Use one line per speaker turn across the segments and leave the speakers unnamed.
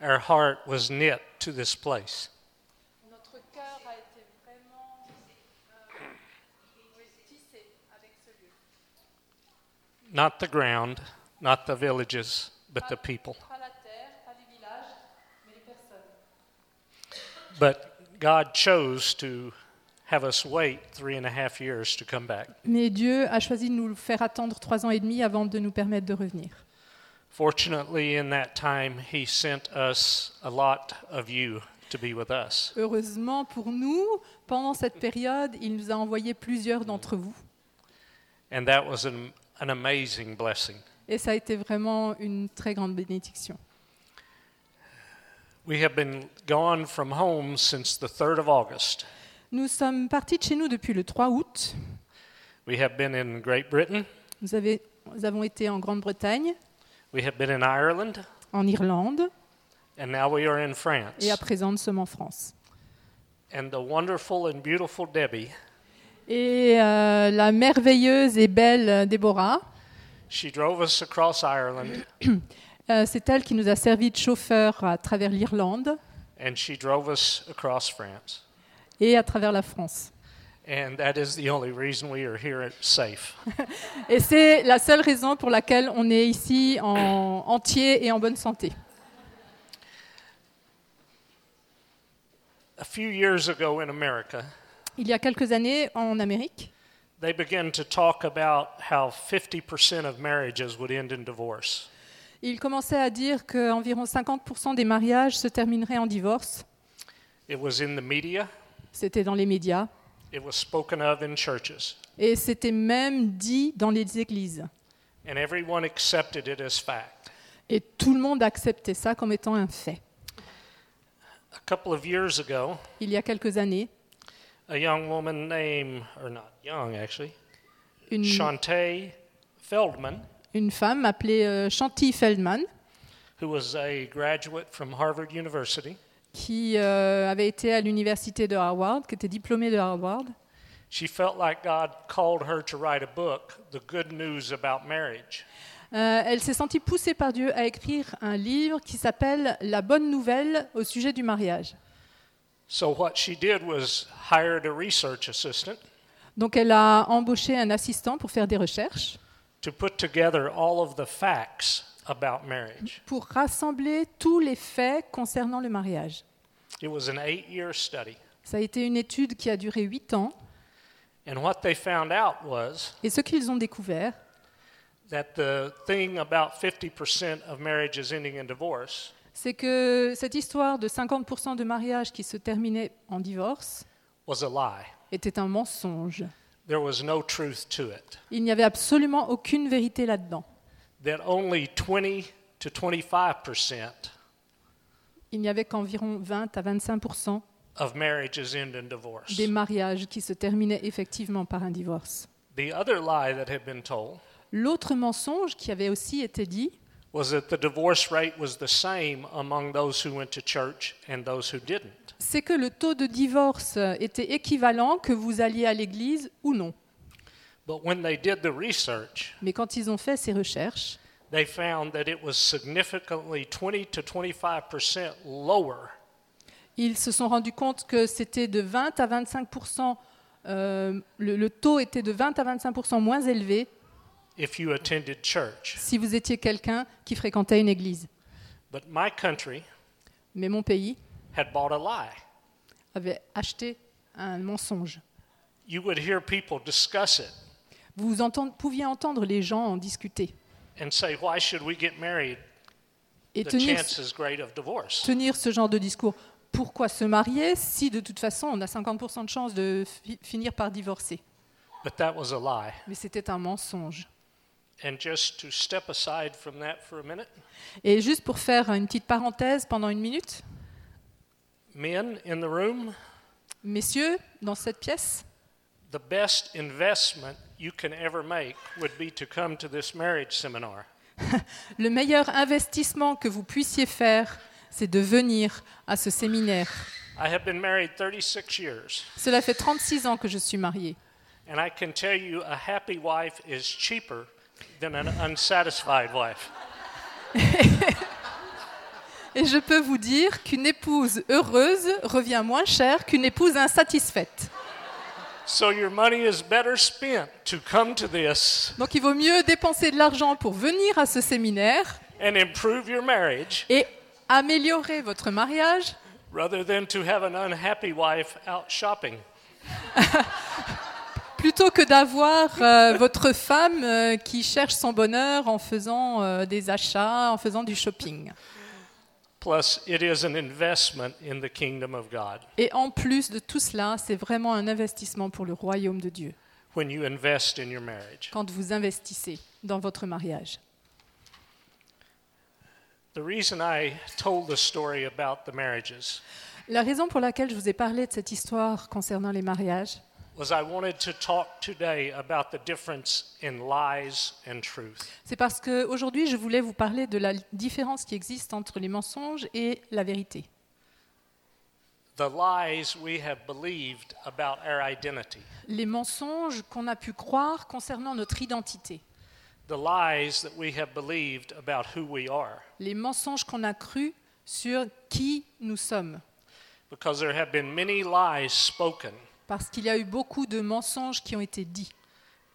Our heart was knit to this place.
Notre cœur a été vraiment euh, tissé avec ce lieu.
Not the ground, not the villages, but the people.
Pas la terre, pas les villages, mais les personnes.
But God chose to have us wait three and a half years to come back.
Mais Dieu a choisi de nous le faire attendre trois ans et demi avant de nous permettre de revenir.
Fortunately, in that time, He sent us a lot of you to be with us.
Heureusement pour nous, pendant cette période, il nous a envoyé plusieurs d'entre vous.
And that was an, an amazing blessing.
Et ça a été vraiment une très grande bénédiction.
We have been gone from home since the 3rd of August.
Nous sommes partis de chez nous depuis le 3 août.
We have been in Great Britain,
Nous, avez- nous avons été en Grande-Bretagne,
we have been in Ireland,
en Irlande,
and now we are in France.
et à présent nous sommes en France.
And the wonderful and beautiful Debbie,
Et euh, la merveilleuse et belle euh, Déborah,
she drove us across Ireland
euh, c'est elle qui nous a servi de chauffeur à travers l'Irlande
and she drove us across France.
et à travers la France.
And that is the only reason we are here at safe.
Et c'est la seule raison pour laquelle on est ici en entier et en bonne santé.
A few years ago in America,
Il y a quelques années, en Amérique,
they began to talk about how 50% of marriages would end in divorce.
il commençait à dire qu'environ 50% des mariages se termineraient en divorce.
It was in the media,
C'était dans les médias.
it was spoken of in churches,
Et c'était même dit dans les églises.
and everyone accepted it as fact.
Et tout le monde acceptait ça comme étant un fait.
A couple of years ago,
Il y a quelques années,
a young woman named, or not young actually,
une,
Shantae Feldman,
une femme appelée euh, Shanti Feldman,
who was a graduate from Harvard University,
qui euh, avait été à l'université de Harvard, qui était diplômée de Harvard,
she felt like God called her to write a book, The Good News About Marriage.
euh, elle s'est sentie poussée par Dieu à écrire un livre qui s'appelle La bonne nouvelle au sujet du mariage.
So what she did was hired a research assistant
Donc elle a embauché un assistant pour faire des recherches,
to put together all of the facts about marriage.
pour rassembler tous les faits concernant le mariage.
It was an 8-year study.
Ça a été une étude qui a duré huit ans.
And what they found out was
Et ce qu'ils ont découvert,
that the thing about 50% of marriages ending in divorce
c'est que cette histoire de 50% de mariages qui se terminaient en divorce
was a lie.
était un mensonge.
There was no truth to it.
Il n'y avait absolument aucune vérité là-dedans.
That only 20 to 25%
Il n'y avait qu'environ 20 à 25%
of marriages end in divorce.
des mariages qui se terminaient effectivement par un divorce.
The other lie that had been told
L'autre mensonge qui avait aussi été dit,
was that the divorce rate was the same among those who went to church and those who didn't.
c'est que le taux de divorce était équivalent que vous alliez à l'église ou non.
But when they did the research,
Mais quand ils ont fait ces recherches,
they found that it was significantly 20 to 25% lower
Ils se sont rendus compte que c'était de 20 à 25 euh, le, le taux était de 20 à 25 moins élevé
if you attended church.
si vous étiez quelqu'un qui fréquentait une église.
But my country
Mais mon pays
had bought a lie.
avait acheté un mensonge.
You would hear people discuss it
Vous entend- pouviez entendre les gens en discuter
and say, Why should we get married?
et
The
tenir,
chance is great of divorce.
tenir ce genre de discours. Pourquoi se marier si de toute façon on a 50 de chance de fi- finir par divorcer
But that was a lie.
Mais c'était un mensonge.
And just to step aside from that for a minute,
Et juste pour faire une petite parenthèse pendant une minute,
men in the room,
messieurs, dans cette pièce,
the best investment you can ever make would be to come to this marriage seminar.
Le meilleur investissement que vous puissiez faire, c'est de venir à ce séminaire.
I have been married 36 years.
Cela fait 36 ans que je suis mariée.
And I can tell you a happy wife is cheaper than an unsatisfied wife.
Et je peux vous dire qu'une épouse heureuse revient moins cher qu'une épouse insatisfaite.
So your money is better spent to come to this
Donc il vaut mieux dépenser de l'argent pour venir à ce séminaire
and improve your marriage
et améliorer votre mariage
rather than to have an unhappy wife out shopping.
plutôt que d'avoir euh, votre femme euh, qui cherche son bonheur en faisant euh, des achats, en faisant du shopping.
Plus, it is an investment in the kingdom of God.
Et en plus de tout cela, c'est vraiment un investissement pour le royaume de Dieu
when you invest in your marriage.
quand vous investissez dans votre mariage.
The reason I told the story about the marriages
La raison pour laquelle je vous ai parlé de cette histoire concernant les mariages,
was I wanted to talk today about the difference in lies and truth.
c'est parce qu'aujourd'hui, je voulais vous parler de la différence qui existe entre les mensonges et la vérité.
The lies we have believed about our identity,
Les mensonges qu'on a pu croire concernant notre identité,
the lies that we have believed about who we are,
les mensonges qu'on a cru sur qui nous sommes.
because there have been many lies spoken,
Parce qu'il y a eu beaucoup de mensonges qui ont été dits.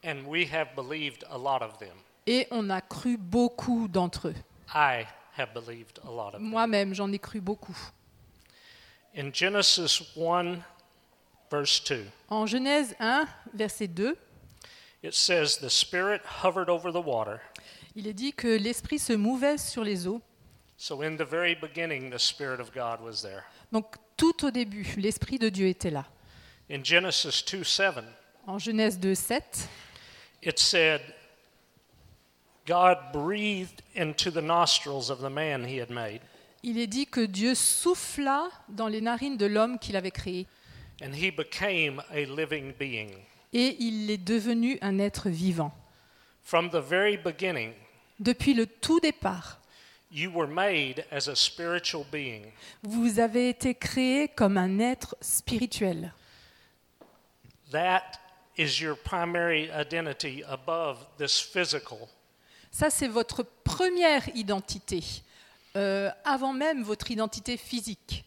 and we have believed a lot of them.
Et on a cru beaucoup d'entre eux.
I have believed a lot of them.
Moi-même, j'en ai cru beaucoup.
In Genesis 1, verse 2,
En Genèse 1, verset 2,
it says, The Spirit hovered over the water.
il est dit que l'esprit se mouvait sur les eaux.
So in the very beginning, the Spirit of God was there.
Donc tout au début, l'esprit de Dieu était là.
In Genesis 2 7,
En Genèse 2, 7,
it said, God breathed into the nostrils of the man he had made,
il est dit que Dieu souffla dans les narines de l'homme qu'il avait créé.
and he became a living being.
Et il est devenu un être vivant.
From the very beginning,
Depuis le tout départ,
you were made as a spiritual being.
vous avez été créé comme un être spirituel.
That is your primary identity above this physical.
Ça, c'est votre première identité, euh, avant même votre identité physique.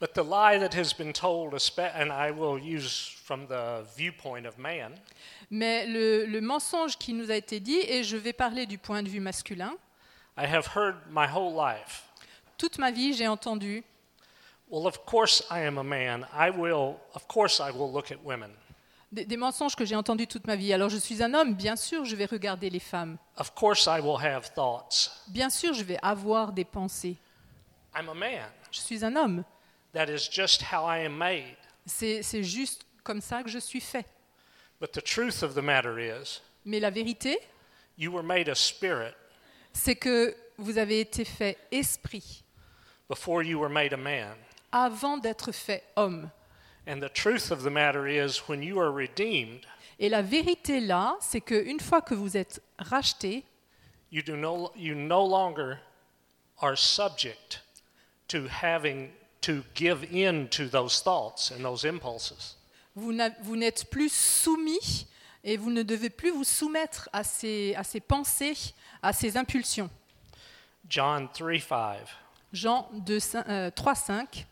But the lie that has been told, espe- and I will use from the viewpoint of man,
Mais le, le mensonge qui nous a été dit, et je vais parler du point de vue masculin,
I have heard my whole life.
toute ma vie, j'ai entendu,
Well, of course I am a man. I will, of course I will look at women.
des, des mensonges que j'ai entendus toute ma vie. Alors, je suis un homme, bien sûr, je vais regarder les femmes.
Of course I will have thoughts.
Bien sûr, je vais avoir des pensées.
I'm a man.
Je suis un homme.
That is just how I am made.
C'est c'est juste comme ça que je suis fait.
But the truth of the matter is,
Mais la vérité,
you were made a spirit
c'est que vous avez été fait esprit
before you were made a man.
avant d'être fait homme.
And the truth of the matter is, when you are redeemed,
Et la vérité là, c'est qu'une fois que vous êtes racheté,
you, do no, you no longer are subject to having to give in to those thoughts and those impulses.
vous n'a- vous n'êtes plus soumis et vous ne devez plus vous soumettre à ces, à ces pensées, à ces impulsions.
John 3 5.
Jean 2, cin- euh, 3, 5.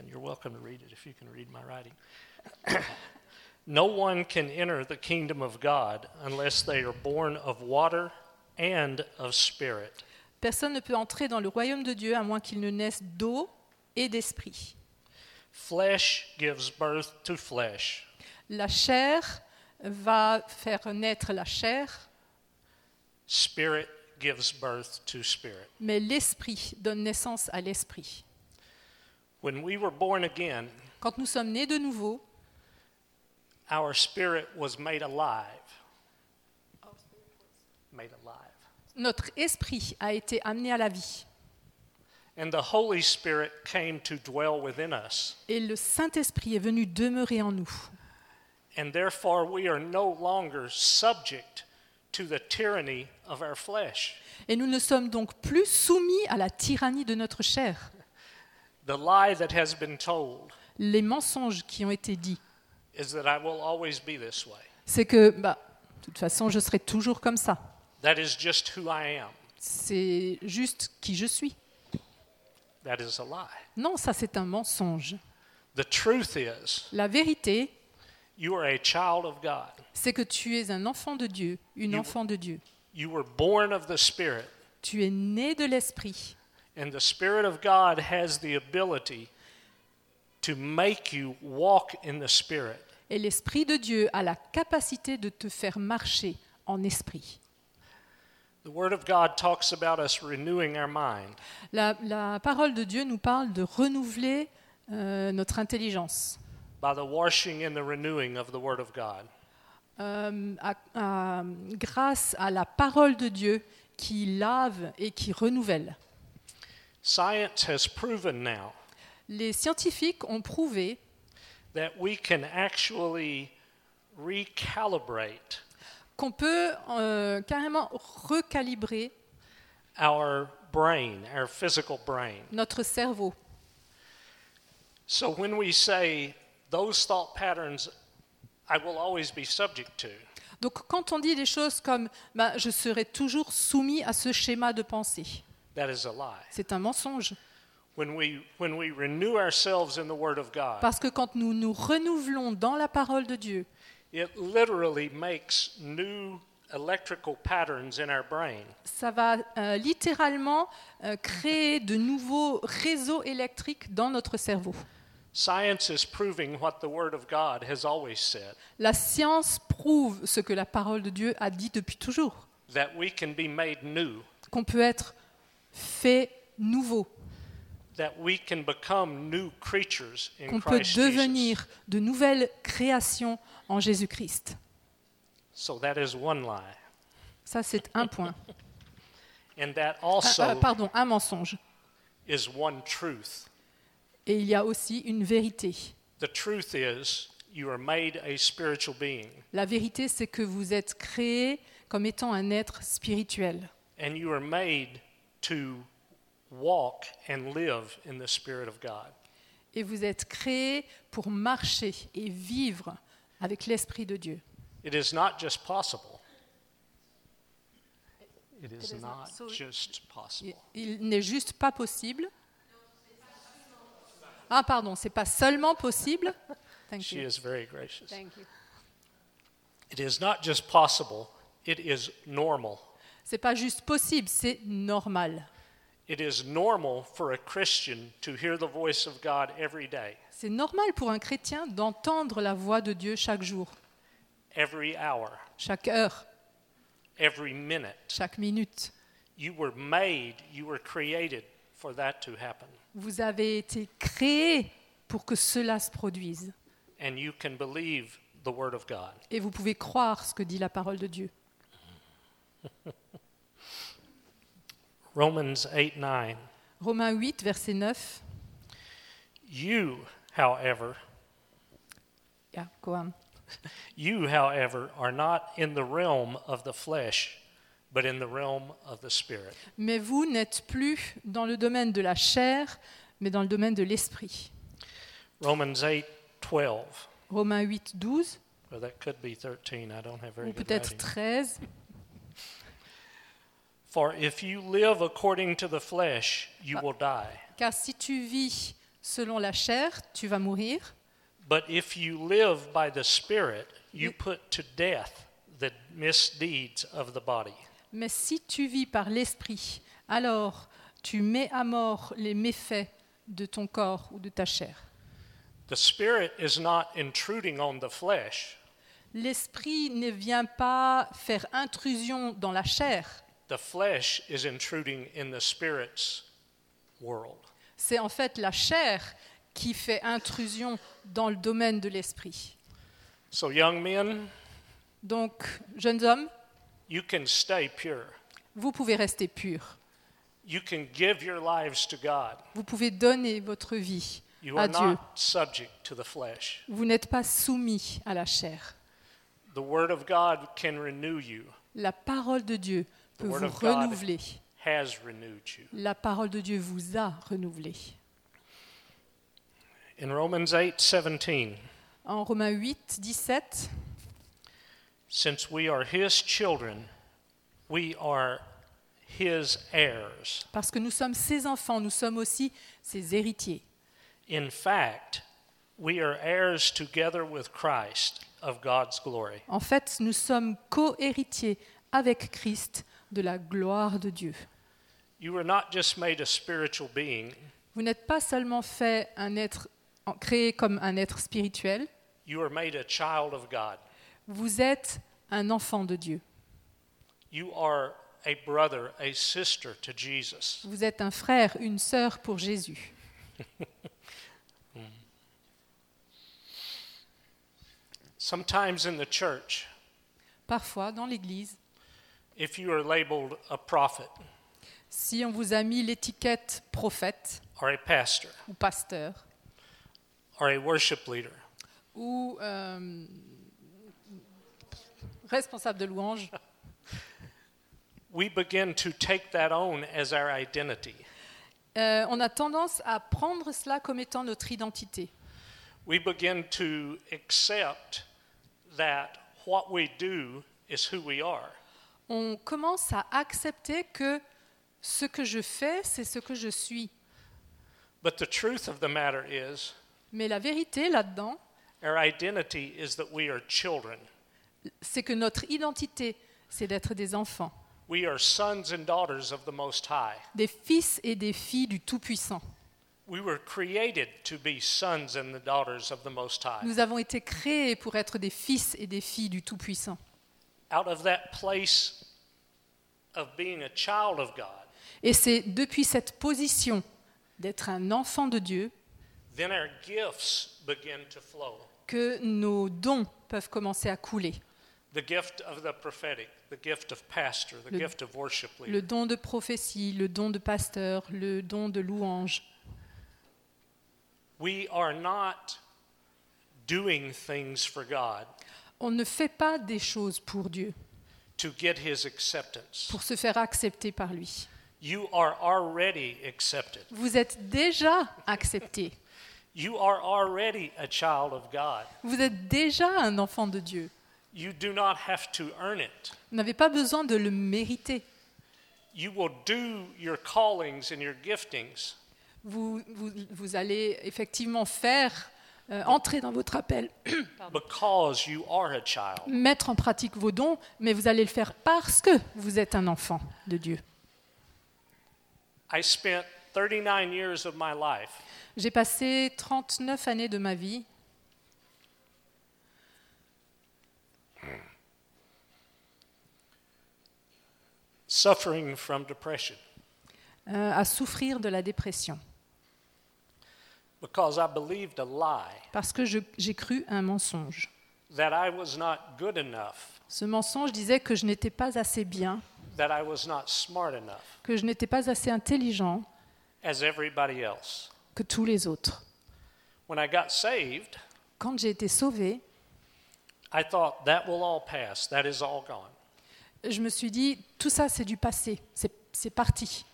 and you're welcome to read it if you can read my writing. no one can enter the kingdom of God unless they are born of water and of spirit.
Personne ne peut entrer dans le royaume de Dieu à moins qu'il ne naisse d'eau et d'esprit.
Flesh gives birth to flesh,
La chair va faire naître la chair,
spirit gives birth to spirit.
mais l'esprit donne naissance à l'esprit.
When we were born again,
Quand nous sommes nés de nouveau,
our spirit was made alive. Made alive.
notre esprit a été amené à la vie.
And the Holy Spirit came to dwell within us.
Et le Saint-Esprit est venu demeurer en nous.
and therefore we are no longer subject to the tyranny of our flesh.
Et nous ne sommes donc plus soumis à la tyrannie de notre chair.
The lie that has been told
Les mensonges qui ont été dits,
is that I will always be this way.
c'est que, bah, de toute façon, je serai toujours comme ça.
That is just who I am.
C'est juste qui je suis.
That is a lie.
Non, ça c'est un mensonge.
The truth is,
La vérité,
you are a child of God.
c'est que tu es un enfant de Dieu, une
You-
enfant de Dieu.
You were born of the Spirit,
Tu es né de l'esprit.
and the Spirit of God has the ability to make you walk in the Spirit.
Et l'esprit de Dieu a la capacité de te faire marcher en esprit.
The Word of God talks about us renewing our mind.
La, la parole de Dieu nous parle de renouveler euh, notre intelligence
by the washing and the renewing of the Word of God.
euh, à- à- grâce à la parole de Dieu qui lave et qui renouvelle.
Science has proven now
Les scientifiques ont prouvé
that we can actually recalibrate
qu'on peut euh, carrément recalibrer
our brain, our physical brain.
notre cerveau.
So when we say those thought patterns, I will always be subject to,
Donc quand on dit des choses comme Ben, je serai toujours soumis à ce schéma de pensée,
that is a lie.
c'est un mensonge.
When we, when we renew ourselves in the Word of God,
Parce que quand nous nous renouvelons dans la parole de Dieu,
it literally makes new electrical patterns in our brain.
ça va euh, littéralement euh, créer de nouveaux réseaux électriques dans notre cerveau.
Science is proving what the Word of God has always said.
La science prouve ce que la parole de Dieu a dit depuis toujours,
that we can be made new,
qu'on peut être fait nouveau,
that we can become new creatures in
qu'on peut
Christ Jesus.
devenir de nouvelles créations en Jésus-Christ.
So that is one lie.
Ça, c'est un point.
And that
Ah,
also
ah, pardon, un mensonge.
is one truth.
Et il y a aussi une vérité.
The truth is you are made a spiritual being
La vérité, c'est que vous êtes créé comme étant un être spirituel.
and you are made to walk and live in the spirit of God.
Et vous êtes créé pour marcher et vivre avec l'Esprit de Dieu.
It is not just possible. It is, not,
so-
just possible.
Il- Il n'est juste pas possible. Ah, pardon, c'est pas seulement possible. Thank
She
you.
is very gracious.
Thank you.
It is not just possible. It is normal.
C'est pas juste possible, c'est normal.
It is normal for a Christian to hear the voice of God every day,
C'est normal pour un chrétien d'entendre la voix de Dieu chaque jour,
every hour,
chaque heure,
every minute.
chaque minute.
You were made, you were created for that to happen.
Vous avez été créé pour que cela se produise.
And you can believe the Word of God.
Et vous pouvez croire ce que dit la parole de Dieu.
Romans 8 9.
Romains 8, verset 9.
You, however,
Yeah, go on.
you, however, are not in the realm of the flesh, but in the realm of the Spirit.
Mais vous n'êtes plus dans le domaine de la chair, mais dans le domaine de l'esprit.
Romans eight twelve.
Romains 8, 12,
Well, that could be 13. I don't have very
ou
good
peut-être
writing.
13.
For if you live according to the flesh, you
But-
will die.
Car si tu vis selon la chair, tu vas mourir.
But if you live by the Spirit, you
Ye-
put to death the misdeeds of the body.
Mais si tu vis par l'esprit, alors tu mets à mort les méfaits de ton corps ou de ta chair.
The Spirit is not intruding on the flesh,
L'esprit ne vient pas faire intrusion dans la chair.
the flesh is intruding in the Spirit's world.
C'est en fait la chair qui fait intrusion dans le domaine de l'esprit.
So, young men,
Donc, jeunes hommes,
you can stay pure.
vous pouvez rester purs.
You can give your lives to God.
Vous pouvez donner votre vie
You
à
are
Dieu.
not subject to the flesh.
Vous n'êtes pas soumis à la chair.
The Word of God can renew you,
La parole de Dieu peut
The word
vous
of God.
renouveler.
has renewed you.
La parole de Dieu vous a renouvelé.
In Romans eight seventeen.
En Romains 8, 17,
Since we are his children, we are his heirs.
parce que nous sommes ses enfants, nous sommes aussi ses héritiers.
In fact, we are heirs together with Christ of God's glory.
En fait, nous sommes co-héritiers avec Christ de la gloire de Dieu.
You were not just made a spiritual being,
Vous n'êtes pas seulement fait un être en- créé comme un être spirituel,
you were made a child of God.
vous êtes un enfant de Dieu.
You are a brother, a sister to Jesus.
Vous êtes un frère, une sœur pour Jésus.
Sometimes in the church,
Parfois, dans l'Église,
if you are labeled a prophet
si on vous a mis l'étiquette prophète
or a pastor
ou pasteur
or a worship leader,
ou euh, responsable de louange,
we begin to take that on as our identity.
euh, on a tendance à prendre cela comme étant notre identité.
We begin to accept that what we do is who we are.
on commence à accepter que ce que je fais, c'est ce que je suis.
But the truth of the matter is,
Mais la vérité là-dedans,
our identity is that we are children.
c'est que notre identité, c'est d'être des enfants,
We are sons and daughters of the Most High.
des fils et des filles du Tout-Puissant.
We were created to be sons and the daughters of the Most High.
Nous avons été créés pour être des fils et des filles du Tout-Puissant.
Out of that place of being a child of God,
Et c'est depuis cette position d'être un enfant de Dieu
then our gifts begin to flow.
que nos dons peuvent commencer à couler.
The gift of the prophetic, the gift of pastor, the
Le-
gift of worship leader.
Le don de prophétie, le don de pasteur, le don de louange.
we are not doing things for God
On ne fait pas des choses pour Dieu.
to get his acceptance.
pour se faire accepter par lui.
You are already accepted.
Vous êtes déjà accepté.
You are already a child of God.
Vous êtes déjà un enfant de Dieu.
You do not have to earn it.
Vous n'avez pas besoin de le mériter.
You will do your callings and your giftings
Vous, vous, vous allez effectivement faire euh, entrer dans votre appel,
because you are a child.
mettre en pratique vos dons, mais vous allez le faire parce que vous êtes un enfant de Dieu.
I spent 39 years of my life
J'ai passé 39 années de ma vie
suffering from depression
euh, à souffrir de la dépression
because I believed a lie
parce que je- j'ai cru un mensonge.
that I was not good enough,
Ce mensonge disait que je n'étais pas assez bien,
that I was not smart enough
que je n'étais pas assez intelligent,
as everybody else.
que tous les autres.
When I got saved,
Quand j'ai été sauvée,
I thought that will all pass, that is all gone.
je me suis dit, tout ça c'est du passé, c'est c'est parti.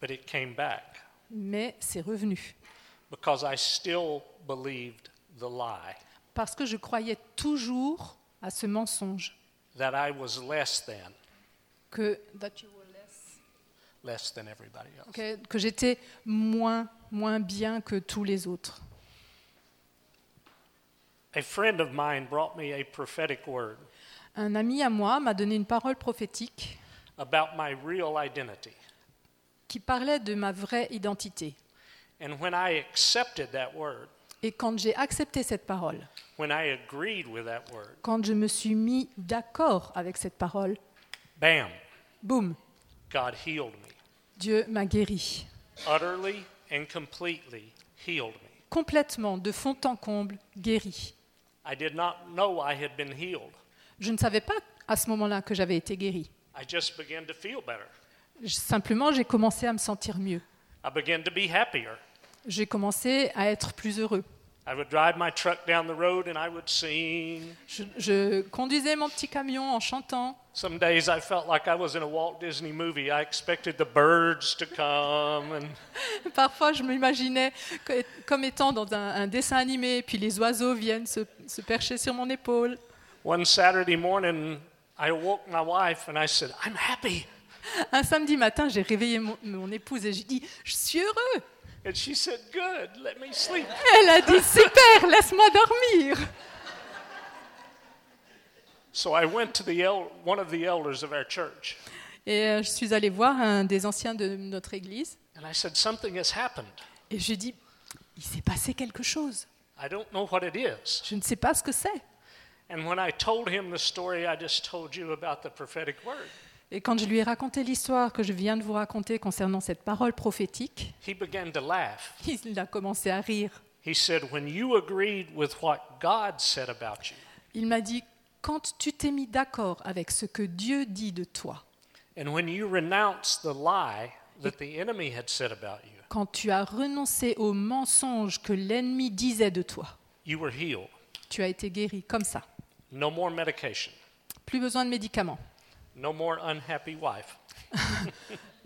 But it came back
Mais c'est revenu,
because I still believed the lie
parce que je croyais toujours à ce mensonge,
that I was less than,
que,
less than everybody else.
que, que j'étais moins, moins bien que tous les autres.
A friend of mine brought me a prophetic word
Un ami à moi m'a donné une parole prophétique
about my real identity.
qui parlait de ma vraie identité.
And when I accepted that word,
Et quand j'ai accepté cette parole,
when I agreed with that word,
quand je me suis mis d'accord avec cette parole,
bam,
boum,
God healed me.
Dieu m'a guéri.
Utterly and completely healed me.
complètement, de fond en comble, guéri.
I did not know I had been healed.
Je ne savais pas à ce moment-là que j'avais été guéri.
I just began to feel better.
Je- Simplement, j'ai commencé à me sentir mieux.
I began to be happier.
J'ai commencé à être plus heureux.
I would drive my truck down the road and I would sing.
Je, je conduisais mon petit camion en chantant.
Some days I felt like I was in a Walt Disney movie. I expected the birds to come and
Parfois, je m'imaginais que- comme étant dans un, un dessin animé, puis les oiseaux viennent se, se percher sur mon épaule.
One Saturday morning, I awoke my wife and I said, I'm happy.
Un samedi matin, j'ai réveillé mon, mon épouse et j'ai dit Je suis heureux
And she said, Good, let me sleep.
Elle a dit Super, laisse-moi dormir
So I went to the el- one of the elders of our church
Et euh, je suis allée voir un des anciens de notre église
and I said, Something has happened.
et je lui ai dit Il s'est passé quelque chose.
I don't know what it is.
Je ne sais pas ce que c'est.
And when I told him the story I just told you about the prophetic word,
Et quand je lui ai raconté l'histoire que je viens de vous raconter concernant cette parole prophétique,
he began to laugh.
il a commencé à rire.
He said, When you agreed with what God said about you,
Il m'a dit Quand tu t'es mis d'accord avec ce que Dieu dit de toi,
and when you renounced the lie that the enemy had said about you,
quand tu as renoncé aux mensonges que l'ennemi disait de toi,
you were healed.
tu as été guéri comme ça.
No more medication,
Plus besoin de médicaments,
no more unhappy wife,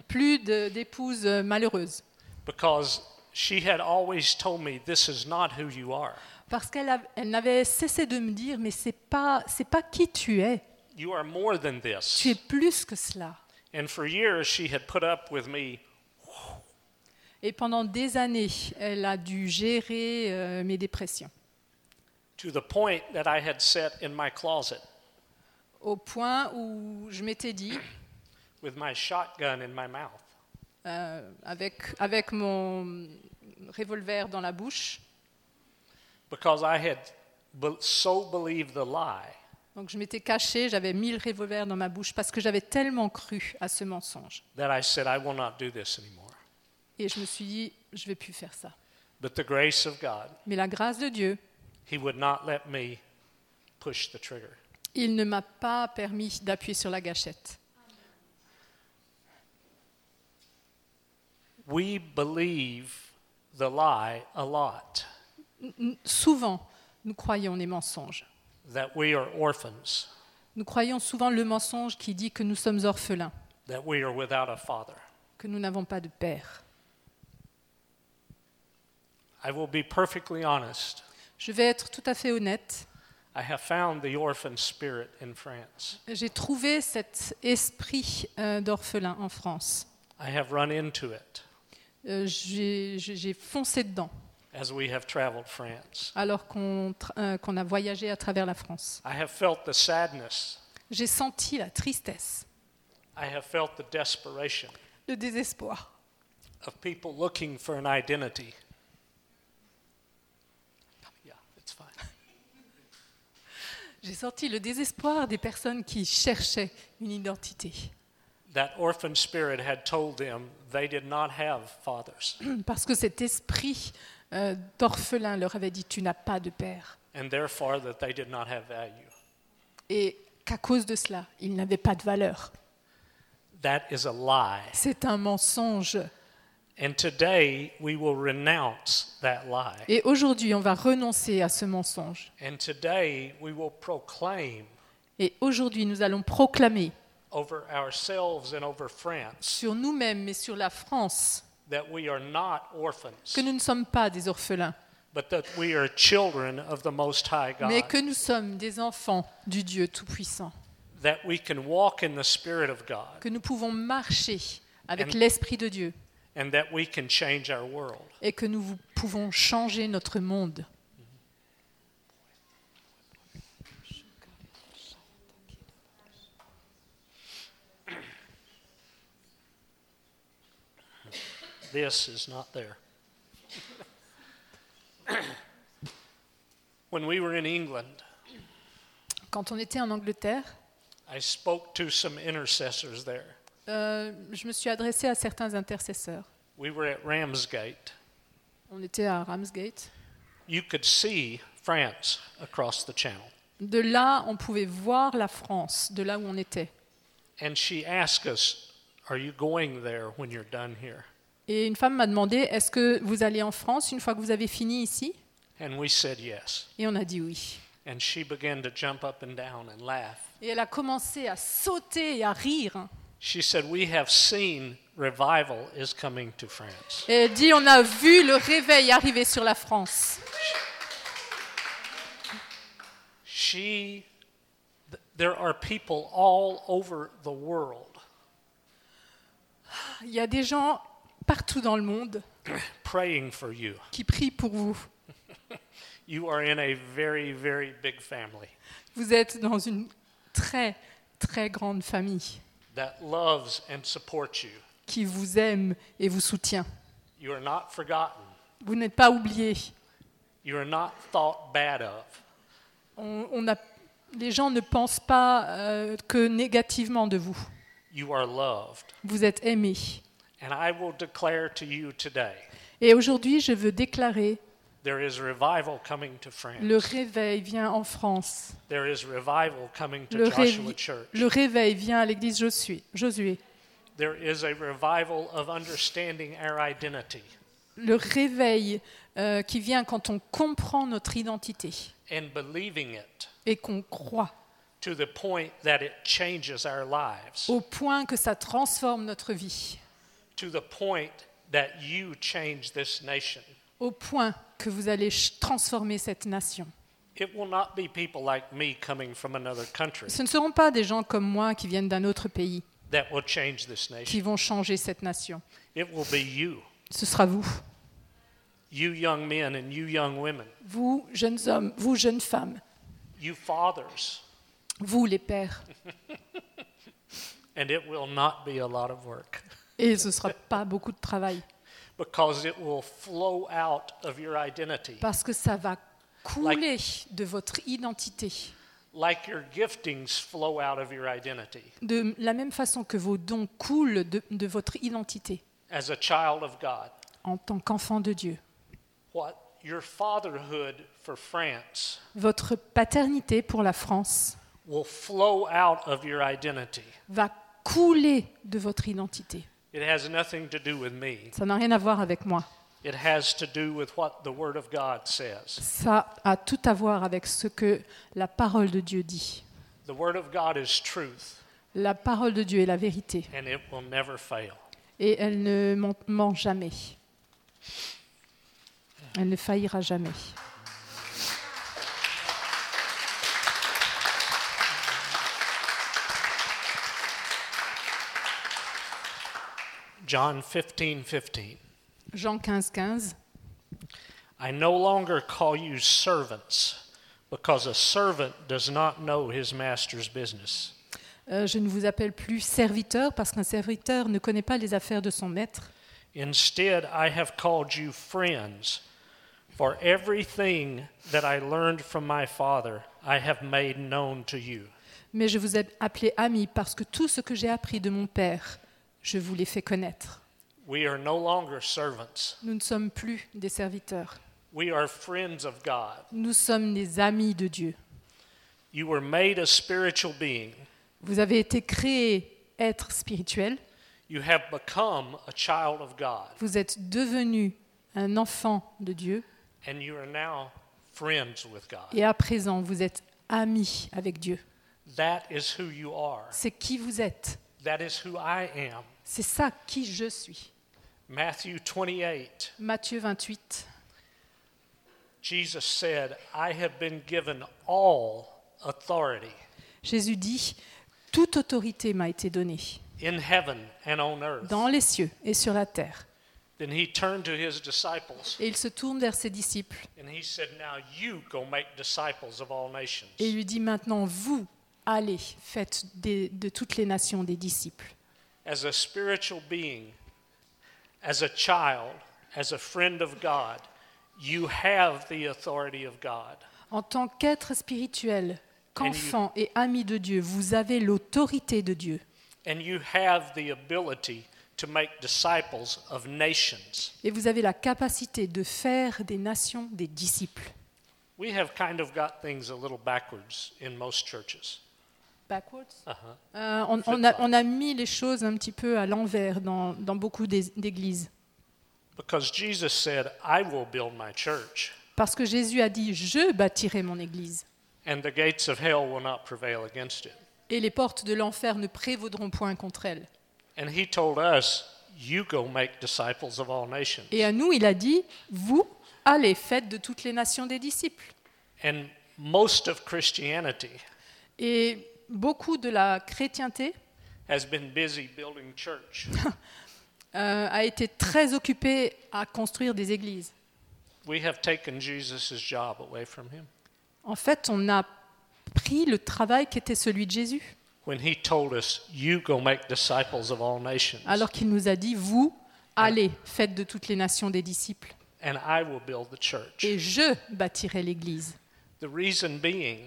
plus de- d'épouses euh, malheureuses.
because she had always told me, This is not who you are.
Parce qu'elle a- elle n'avait cessé de me dire Mais c'est pas, c'est pas qui tu es,
You are more than
tu
this.
es plus que cela.
And for years, she had put up with me
Et pendant des années, elle a dû gérer euh, mes dépressions.
to the point that I had sat in my closet
au point où je m'étais dit,
with my shotgun in my mouth.
euh, avec, avec mon revolver dans la bouche,
because I had be- so believed the lie
donc je m'étais cachée, j'avais mis le revolver dans ma bouche parce que j'avais tellement cru à ce mensonge.
that I said, I will not do this anymore.
Et je me suis dit, je vais plus faire ça.
But the grace of God,
Mais la grâce de Dieu,
He would not let me push the trigger.
il ne m'a pas permis d'appuyer sur la gâchette.
We believe the lie a lot
N- n- Souvent, nous croyons les mensonges.
that we are orphans,
Nous croyons souvent le mensonge qui dit que nous sommes orphelins,
that we are without a father.
que nous n'avons pas de père.
I will be perfectly honest.
Je vais être tout à fait honnête.
I have found the orphan spirit in France.
J'ai trouvé cet esprit euh, d'orphelin en France.
I have run into it
Euh, J'ai j'ai- j'ai foncé dedans
as we have traveled France.
alors qu'on tra- euh, qu'on a voyagé à travers la France.
I have felt the sadness.
J'ai senti la tristesse,
I have felt the desperation.
le désespoir
of people looking for an identity. Yeah, it's fine.
J'ai senti le désespoir des personnes qui cherchaient une identité.
That orphan spirit had told them they did not have fathers,
Parce que cet esprit euh, d'orphelin leur avait dit Tu n'as pas de père.
and therefore that they did not have value.
Et qu'à cause de cela, ils n'avaient pas de valeur.
That is a lie.
C'est un mensonge.
And today we will renounce that lie.
Et aujourd'hui, on va renoncer à ce mensonge.
And today we will proclaim
Et aujourd'hui, nous allons proclamer
over ourselves and over France
sur nous-mêmes, mais sur la France,
that we are not orphans,
que nous ne sommes pas des orphelins,
but that we are children of the Most High
mais
God.
que nous sommes des enfants du Dieu Tout-Puissant,
That we can walk in the Spirit of God.
que nous pouvons marcher avec
Amen.
l'Esprit de Dieu
and that we can change our world.
et que nous vous- pouvons changer notre monde.
This is not there. when we were in England,
Quand on était en Angleterre,
I spoke to some intercessors there.
euh, je me suis adressée à certains intercesseurs.
We were at Ramsgate.
On était à Ramsgate.
You could see France across the channel.
De là, on pouvait voir la France, de là où on était.
And she asked us, Are you going there when you're done here?
Et une femme m'a demandé, est-ce que vous allez en France une fois que vous avez fini ici
And we said yes.
Et on a dit oui.
And she began to jump up and down and laugh.
Et elle a commencé à sauter et à rire.
She said, We have seen revival is coming to France.
Et elle dit, on a vu le réveil arriver sur la France.
She, th- there are people all over the world
Il y a des gens partout dans le monde
praying for you.
qui prient pour vous.
You are in a very, very big family
Vous êtes dans une très, très grande famille
that loves and supports you.
qui vous aime et vous soutient.
You are not forgotten.
Vous n'êtes pas oubliés.
You are not thought bad of.
On- on a- les gens ne pensent pas euh, que négativement de vous.
You are loved.
Vous êtes aimés.
And I will declare to you today
Et aujourd'hui, je veux déclarer,
there is revival coming to France.
le réveil vient en France.
There is revival coming to
Le,
Joshua
révi-
Church.
le réveil vient à l'église Josué. Josué.
There is a revival of understanding our identity
Le réveil euh, qui vient quand on comprend notre identité
and believing it
et qu'on croit
to the point that it changes our lives,
au point que ça transforme notre vie,
to the point that you change this nation.
au point que vous allez ch- transformer cette nation.
It will not be people like me coming from another country
Ce ne seront pas des gens comme moi qui viennent d'un autre pays
that will change this nation.
qui vont changer cette nation.
It will be you,
Ce sera vous,
you young men and you young women,
vous jeunes hommes, vous jeunes femmes,
you fathers,
vous les pères.
and it will not be a lot of work
Et ce ne sera pas beaucoup de travail
because it will flow out of your identity.
parce que ça va couler de votre identité.
like your giftings flow out of your identity
De la même façon que vos dons coulent de, de votre identité
as a child of God.
en tant qu'enfant de Dieu.
What your fatherhood for France
Votre paternité pour la France
will flow out of your identity.
va couler de votre identité.
It has nothing to do with me.
Ça n'a rien à voir avec moi.
It has to do with what the Word of God says.
Ça a tout à voir avec ce que la parole de Dieu dit.
The Word of God is truth,
La parole de Dieu est la vérité
and it will never fail.
et elle ne ment- ment jamais. Elle ne faillira jamais.
John 15 15.
Jean 15, 15.
I no longer call you servants, because a servant does not know his master's business.
Euh, je ne vous appelle plus serviteur parce qu'un serviteur ne connaît pas les affaires de son maître.
Instead, I have called you friends, for everything that I learned from my Father I have made known to you.
Mais je vous ai appelé ami parce que tout ce que j'ai appris de mon père, je vous l'ai fait connaître.
We are no longer servants,
Nous ne sommes plus des serviteurs.
we are friends of God.
Nous sommes des amis de Dieu.
You were made a spiritual being,
Vous avez été créés être spirituel.
you have become a child of God,
Vous êtes devenu un enfant de Dieu.
and you are now friends with God.
Et à présent, vous êtes amis avec Dieu.
That is who you are,
C'est qui vous êtes.
that is who I am.
C'est ça qui je suis.
Matthew 28,
Matthieu 28.
Jesus said, I have been given all authority.
Jésus dit, Toute autorité m'a été donnée
in heaven and on earth.
dans les cieux et sur la terre.
Then he turned to his disciples
Et il se tourne vers ses disciples
and he said, Now you go make disciples of all nations.
et lui dit, Maintenant, vous, allez, faites des- de toutes les nations des disciples.
As a spiritual being, as a child, as a friend of God, you have the authority of God.
En tant qu'être spirituel, qu'enfant et ami de Dieu, vous avez l'autorité de Dieu
And you have the ability to make disciples of nations.
et vous avez la capacité de faire des nations des disciples.
We have kind of got things a little backwards in most churches.
Backwards
Uh-huh.
Euh, on, on a, on a mis les choses un petit peu à l'envers dans, dans beaucoup d'é- d'églises.
Because Jesus said, I will build my church,
Parce que Jésus a dit, je bâtirai mon église,
and the gates of hell will not prevail against it.
et les portes de l'enfer ne prévaudront point contre elle.
And he told us, You go make disciples of all nations.
Et à nous, il a dit, vous, allez, faites de toutes les nations des disciples.
And most of Christianity
Et beaucoup de la chrétienté
has been busy building church.
euh, a été très occupé à construire des églises.
We have taken Jesus' job away from him.
En fait, on a pris le travail qui était celui de Jésus,
When he told us, You go make disciples of all nations,
alors qu'il nous a dit, vous, allez, faites de toutes les nations des disciples,
and I will build the church.
et je bâtirai l'Église.
The reason being,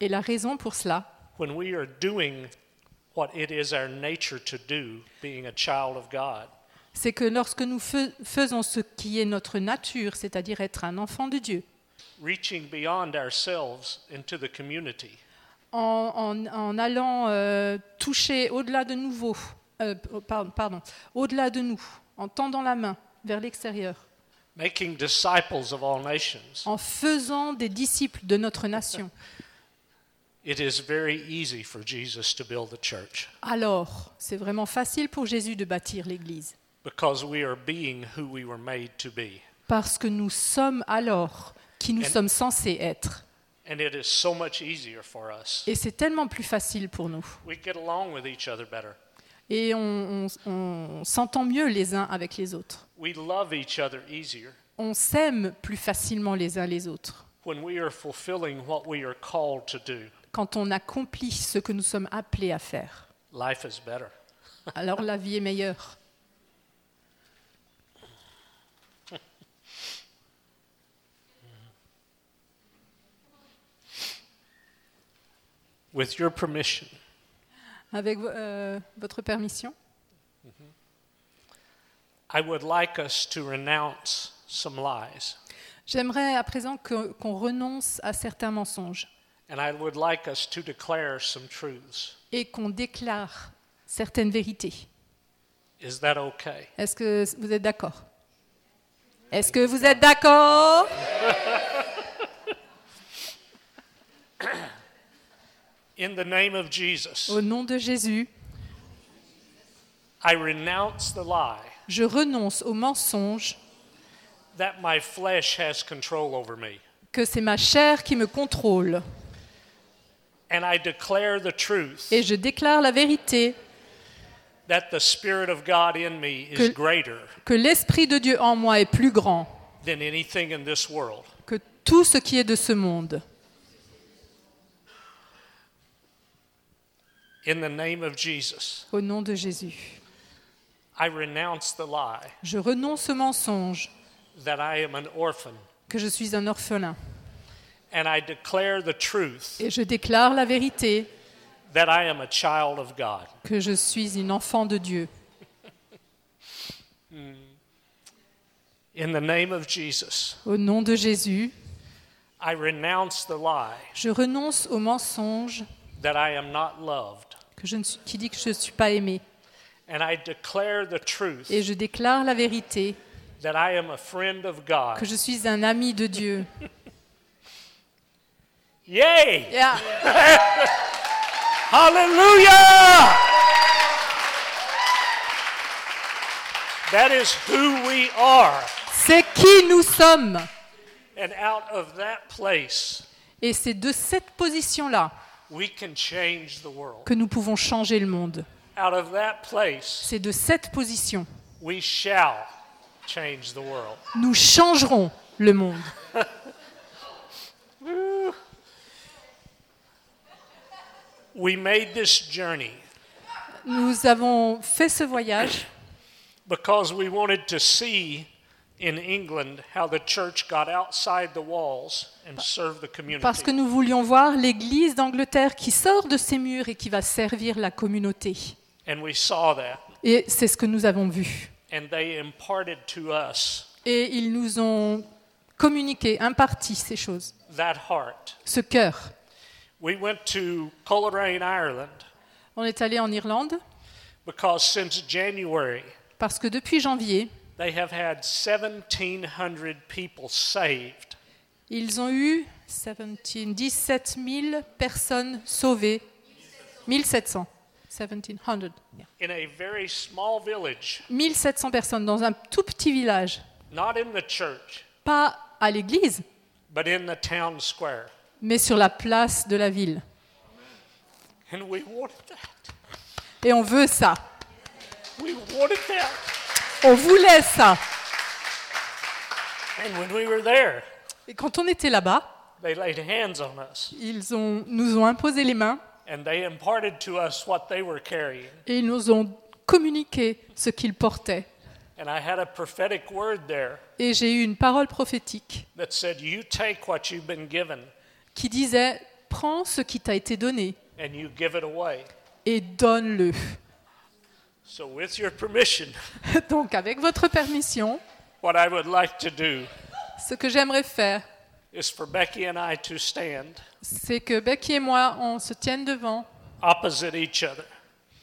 Et la raison pour cela,
when we are doing what it is our nature to do, being a child of God,
c'est que lorsque nous fais- faisons ce qui est notre nature, c'est-à-dire être un enfant de Dieu,
reaching beyond ourselves into the community,
en, en- en allant euh, toucher au-delà de nouveau, euh, pardon, pardon, au-delà de nous, en tendant la main vers l'extérieur,
making disciples of all nations,
en faisant des disciples de notre nation,
it is very easy for Jesus to build the church
alors c'est vraiment facile pour Jésus de bâtir l'Église,
because we are being who we were made to be.
parce que nous sommes alors qui nous
Elle-
sommes censés être.
And it is so much easier for us.
Et c'est tellement plus facile pour nous.
We get along with each other better.
Et on- on- on s'entend mieux les uns avec les autres.
We love each other easier
on s'aime plus facilement les uns les autres
when we are fulfilling what we are called to do.
quand on accomplit ce que nous sommes appelés à faire.
Life is better.
Alors la vie est meilleure.
With your permission,
Avec vo- euh, votre permission,
I would like us to renounce some lies,
j'aimerais à présent que- qu'on renonce à certains mensonges
and I would like us to declare some truths.
et qu'on déclare certaines vérités.
Is that okay?
Est-ce que vous êtes d'accord Est-ce que vous êtes d'accord
In the name of Jesus,
Au nom de Jésus,
I renounce the lie
je renonce aux mensonges
that my flesh has control over me,
que c'est ma chair qui me contrôle
and I declare the truth
et je déclare la vérité
that the Spirit of God in me is
Que-
greater
que l'Esprit de Dieu en moi est plus grand
than anything in this world.
que tout ce qui est de ce monde.
In the name of Jesus,
Au nom de Jésus,
I renounce the lie
je renonce au mensonge
that I am an orphan,
que je suis un orphelin
and I declare the truth
et je déclare la vérité
that I am a child of God.
que je suis une enfant de Dieu.
In the name of Jesus,
Au nom de Jésus,
I renounce the lie
je renonce au mensonge
that I am not loved,
que je ne suis- qui dit que je ne suis pas aimé
and I declare the truth
et je déclare la vérité
that I am a friend of
que
God.
je suis un ami de Dieu.
Yay!
Yeah.
Hallelujah! That is who we are.
C'est qui nous sommes
And out of that place,
et c'est de cette position-là
we can change the world.
que nous pouvons changer le monde.
Out of that place,
C'est de cette position
we shall change the world.
nous changerons le monde.
We made this journey
Nous avons fait ce voyage
because we wanted to see in England how the church got outside the walls and served the
parce que
community.
nous voulions voir l'Église d'Angleterre qui sort de ses murs et qui va servir la communauté.
And we saw that.
Et c'est ce que nous avons vu.
And they imparted to us
Et ils nous ont communiqué, imparti ces choses,
that heart.
ce cœur.
We went to Coleraine, Ireland,
On est allé en Irlande
because since January,
parce que depuis janvier,
they have had 1,700 people saved
ils ont eu 17 17 000 personnes sauvées. 1700. 1700. yeah.
in a very small village,
1700 personnes dans un tout petit village.
not in the church,
pas à l'église,
but in the town square.
mais sur la place de la ville.
And we wanted that.
Et on veut ça.
We wanted that.
On voulait ça.
And when we were there,
Et quand on était là-bas,
they laid hands on us
ils ont, nous ont imposé les mains
and they imparted to us what they were carrying.
et ils nous ont communiqué ce qu'ils portaient.
And I had a prophetic word there
Et j'ai eu une parole prophétique
that said, You take what you've been given
qui disait, prends ce qui t'a été donné
and you give it away.
et donne-le.
So, with your permission,
Donc avec votre permission,
what I would like to do
ce que j'aimerais faire,
is for Becky and I to stand
c'est que Becky et moi, on se tienne devant,
opposite each other.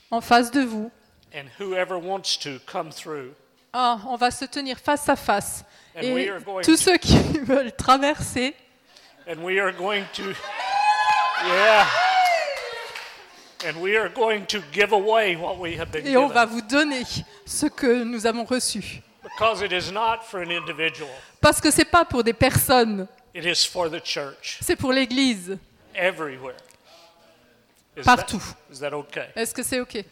en face de vous.
And whoever wants to come through.
Ah, on va se tenir face à face.
And we
Et
are going
tous
to-
ceux qui veulent traverser,
And we are going to. Yeah. And we are going to give away what we have been
et on
given.
va vous donner ce que nous avons reçu.
Because it is not for an individual,
Parce que c'est pas pour des personnes,
it is for the church
c'est pour l'Église.
everywhere. Is
Partout.
That, is that okay?
Est-ce que c'est OK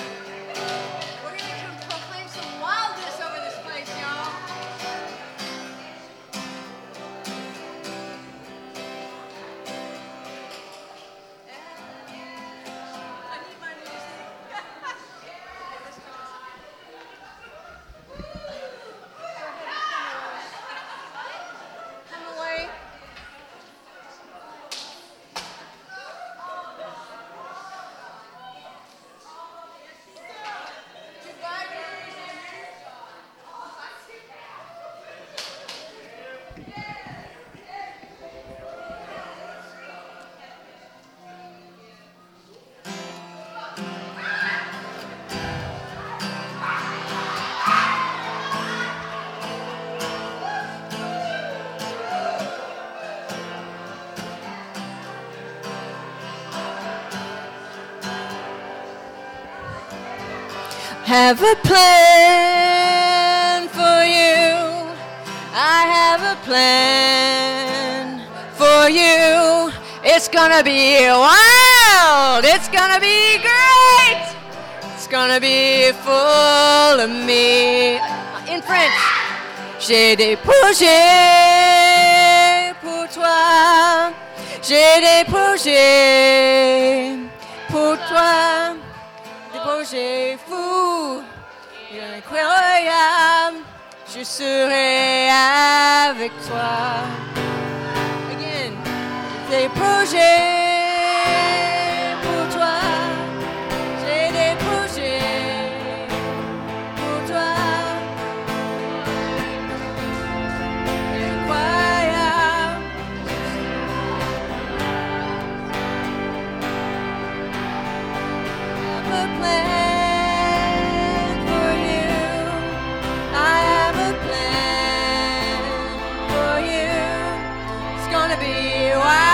We're gonna come proclaim some wildness over this place, y'all. I need my music. Come away. Goodbye, music.
have a plan for you. I have a plan for you. It's gonna be wild. It's gonna be great. It's gonna be full of me. In French. J'ai des projets pour toi. J'ai des projets pour toi des projets fous, incroyables, je serai avec toi. Again, des projets pour toi, j'ai des projets pour toi. Incroyables. I have a plan for you. I have a plan for you. It's gonna be wild.